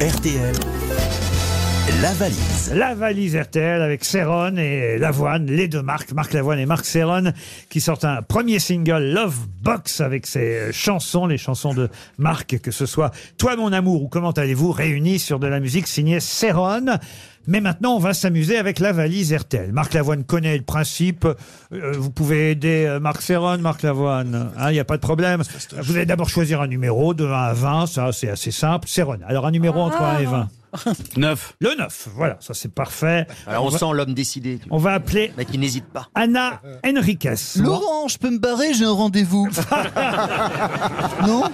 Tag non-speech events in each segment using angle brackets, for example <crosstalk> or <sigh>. RTL, la valise. La valise RTL avec Céron et Lavoine, les deux marques, Marc Lavoine et Marc Céron, qui sortent un premier single, Love Box, avec ses euh, chansons, les chansons de Marc, que ce soit Toi mon amour ou Comment allez-vous, réunis sur de la musique signée Céron. Mais maintenant, on va s'amuser avec la valise RTL. Marc Lavoine connaît le principe. Euh, vous pouvez aider euh, Marc Ferron, Marc Lavoine. hein, Il n'y a pas de problème. Vous allez d'abord choisir un numéro de 1 à 20. Ça, c'est assez simple. Ferron. Alors, un numéro entre 1 et 20. 9. Le 9. Voilà, ça, c'est parfait. Alors on va, sent l'homme décidé, tu vois, on va appeler mais qui n'hésite pas. Anna Henriquez. Laurent, je peux me barrer, j'ai un rendez-vous. non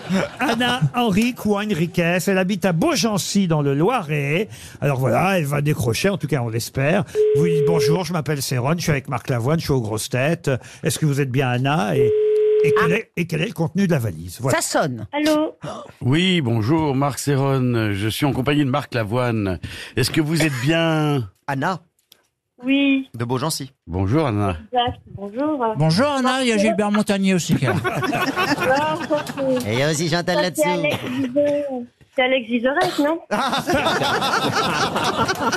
Anna Henrique ou Henriquez. Elle habite à Beaugency, dans le Loiret. Alors voilà, elle va décrocher, en tout cas, on l'espère. Vous lui dites bonjour, je m'appelle Céron, je suis avec Marc Lavoine, je suis aux grosses têtes. Est-ce que vous êtes bien Anna et, et quel est, et quel est le contenu de la valise Voilà. Ça sonne. Allô Oui, bonjour, Marc Céron. Je suis en compagnie de Marc Lavoine. Est-ce que vous êtes bien Anna Oui, de Beaugency. Bonjour Anna. Zach, bonjour. Bonjour Anna, il y a Gilbert Montagnier aussi qui est là. Ah, ça, c'est- Et il y a aussi Chantal ça, c'est Alex Vizorek. C'est Alex Vizorek, non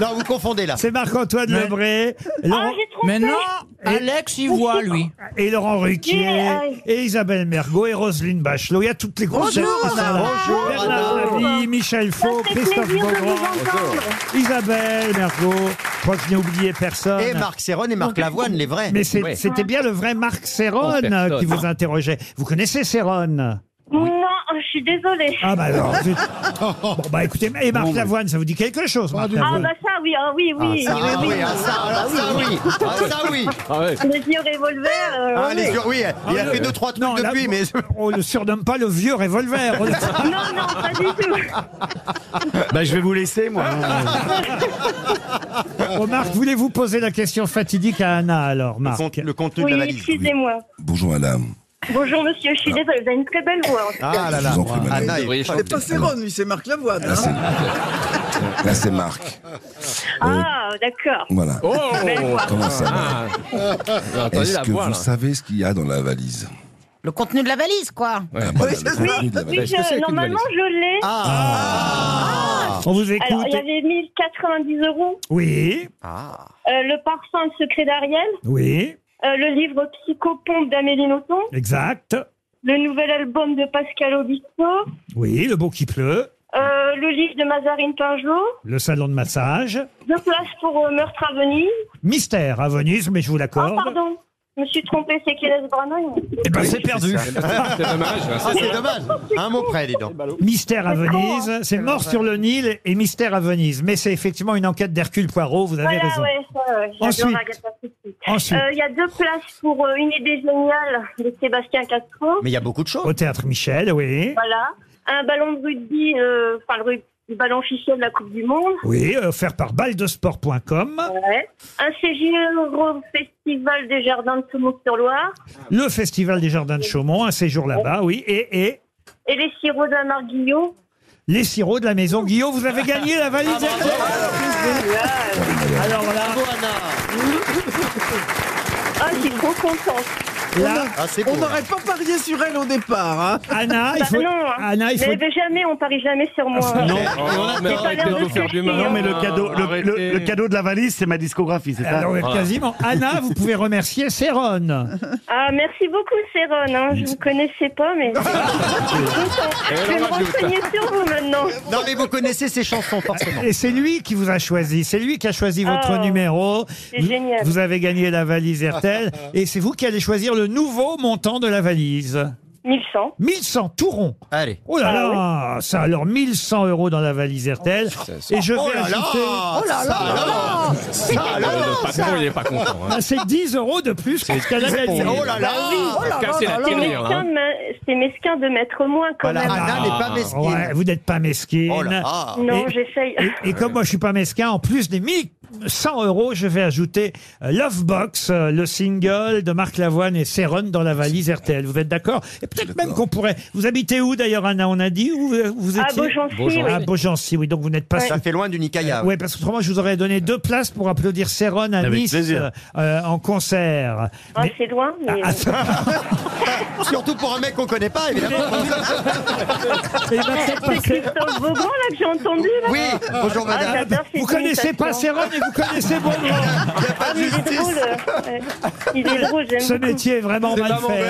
Non, vous confondez là. C'est Marc-Antoine Mais- Lebré Ah, Laurent- j'ai trompé Mais non, Alex y voit, lui. et Laurent Ruquier, Yeah, ouais. et Isabelle Mergot, et Roselyne Bachelot. Il y a toutes les grosses Bonjour, têtes qui sont Anna. là. Bonjour, Bernard Anna. Lavie, Michel Ça Faux, fait Christophe plaisir de vous Beaugrand, entendre. Isabelle Mergot. Je crois que je n'ai oublié personne. Et Marc Céron et Marc Lavoine, les vrais. Mais c'est- c'était bien le vrai Marc Céron euh, qui vous interrogeait. Vous connaissez Céron Non, oh, je suis désolée. Ah bah alors. zut. <laughs> bon bah écoutez, et Marc Bon, bah. Lavoine, ça vous dit quelque chose Marc Ah Lavoine bah ça oui, ah oui, oui. Ah, oui, oui, oui. ah, ça, alors, ça, oui. Ah, ça, oui. Les vieux revolvers. euh, Ah, oui. les sur- oui, il a fait deux, trois trucs Non, là, depuis, mais. on le surnomme pas le <laughs> vieux revolver. On le- Non, non, pas du tout. Bah, je vais vous laisser, moi. Bon, Oh, Marc, voulez-vous poser la question fatidique à Anna alors, Marc Le contenu de Oui, la valise. excusez-moi. Bonjour madame. Bonjour monsieur, je suis désolée, vous avez une très belle voix. en tout cas. Ah là Je là. vous en prie, madame. Anna est- C'est pas Ferron, lui, c'est Marc Lavoine. hein. Là c'est Marc. Ah, d'accord. Ben, Voilà. Oh. Comment ça va Ah. Ah, Attendez Est-ce la que voix vous là. savez ce qu'il y a dans la valise Le contenu de la valise, quoi. Ah, bah, le contenu de la Oui, valise. qu'est-ce je, que c'est qu'une euh, normalement je l'ai. On vous écoute. Alors, il y avait 1090 euros. Oui, Euh, le parfum, le secret d'Ariel. oui, Euh, le livre Psychopompe d'Amélie Nothomb, exact. le nouvel album de Pascal Obispo, Oui, le beau qui pleut, euh, le livre de Mazarine Pinjot, le salon de massage, deux places pour euh, Meurtre à Venise. mystère à Venise, mais je vous Ah, l'accorde. pardon, je me suis trompée, c'est Kenneth Branagh. Eh ben, c'est perdu. C'est dommage. Ah, c'est dommage. Un mot près, dis donc. Mystère à C'est con, hein. Venise, c'est mort sur le Nil et mystère à Venise. Mais c'est effectivement une enquête d'Hercule Poirot, vous avez Voilà, raison. ouais, ça, ouais, Ensuite. j'adore Agatha Christie. Ensuite, Euh, Il y a deux places pour euh, Une idée géniale de Sébastien Castro. Mais il y a beaucoup de choses. au théâtre Michel, oui. Voilà. Un ballon de rugby, euh, enfin le, rug- le ballon officiel de la Coupe du Monde. Oui, offert par baldesport.com, Ouais. Un CGE au Festival des Jardins de Toulon-sur-Loire. le Festival des Jardins de Chaumont, un séjour là-bas, oui, et, et Et les sirops d'un Marguillon. les sirops de la maison Guillaume. Vous avez gagné la valise. Alors voilà, Ah, je suis trop contente. là, Ah, c'est On beau. n'aurait pas parié sur elle au départ. hein. Anna, Ah, il Bah faut, non, hein. Anna, il faut Mais jamais, on parie jamais sur moi. Non, mais pas arrêtez l'air de de nous faire du chercher, mal. hein. Non, mais le cadeau, le cadeau. Alors, ouais, Voilà. quasiment. Anna, vous pouvez remercier Céron. Ah, merci beaucoup, Céron. Hein. Je vous connaissais pas, mais. je suis contente. Je vais me renseigner sur vous maintenant. Non, mais vous connaissez ces chansons, forcément. Et c'est lui qui vous a choisi. C'est lui qui a choisi votre Oh, numéro. c'est Vous- génial. Vous avez gagné la valise <laughs> RTL. et c'est vous qui allez choisir le nouveau montant de la valise. 1100. 1100 tourons. Allez. Oh Ah là là, ça alors 1100 euros dans la valise RTL. Oh, Et je vais ajouter, Le patron, il est pas content. hein. Ah, c'est 10 euros de plus que ce qu'elle a gagné. Oh Eh ben, là là Casser la C'est tirelire, mesquin, hein. de me- c'est mesquin de mettre moins quand Voilà, même. Anna n'est pas Ouais, mesquine. vous n'êtes pas mesquine. Oh là là Non, Ah, Et- j'essaye. Et, et comme moi je suis pas mesquin, en plus des 1000 100 euros, je vais ajouter euh, Lovebox, euh, le single de Marc Lavoine et Céron dans la valise RTL. Vous êtes d'accord Et peut-être même qu'on pourrait. Vous habitez où d'ailleurs, Anna On a dit où vous- vous À étiez Beaugency, Ah, oui. Beaugency, oui. Donc vous n'êtes pas. Ça fait loin du Nikaya. Oui, parce que autrement, je vous aurais donné deux places pour applaudir Céron à Ah. Avec Nice plaisir. euh, en concert. Ah, Mais- c'est loin, mais... Ah, ça- Surtout pour un mec qu'on connaît pas, évidemment. il va peut-être C'est passer- Christophe Beaugrand, là, que j'ai entendu, là Oui, bonjour Ah, madame. j'adore ces Vous connaissez pas imitations. Céron et vous <laughs> connaissez Beaugrand. Ah, mais il est drôle. euh, ouais. Il est drôle, j'aime Ce beaucoup. métier est vraiment mal fait.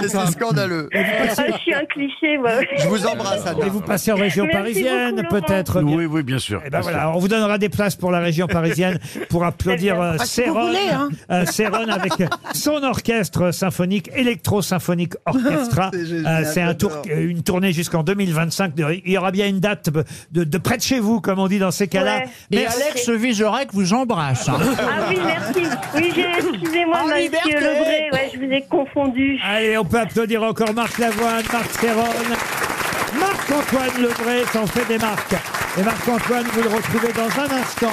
C'est c'est scandaleux. Ah, je suis un cliché, moi. Je vous embrasse, Anna. Et vous passez en région Merci parisienne, beaucoup, Laurent. peut-être. Oui, oui, bien sûr. Et ben bien sûr. voilà, on vous donnera des places pour la région parisienne pour applaudir euh, Ah, si vous Céron, voulez, hein. euh, Céron avec son orchestre symphonique, électro-symphonique orchestra. <laughs> C'est Euh, génial, C'est un tour, j'adore. euh, une tournée jusqu'en 2025. De- Il y aura bien une date de, de près de chez vous, comme on dit dans ces cas-là. Ouais. Mais Alex Vizorek vous embrasse. hein. <laughs> Ah oui, merci. Oui, j'ai- excusez-moi, Henri monsieur Berthet. Lebray, ouais, je vous ai confondu. Allez, on peut applaudir encore Marc Lavoine, Marc Ferron, Marc-Antoine Lebray s'en fait des marques. Et Marc-Antoine, vous le retrouvez dans un instant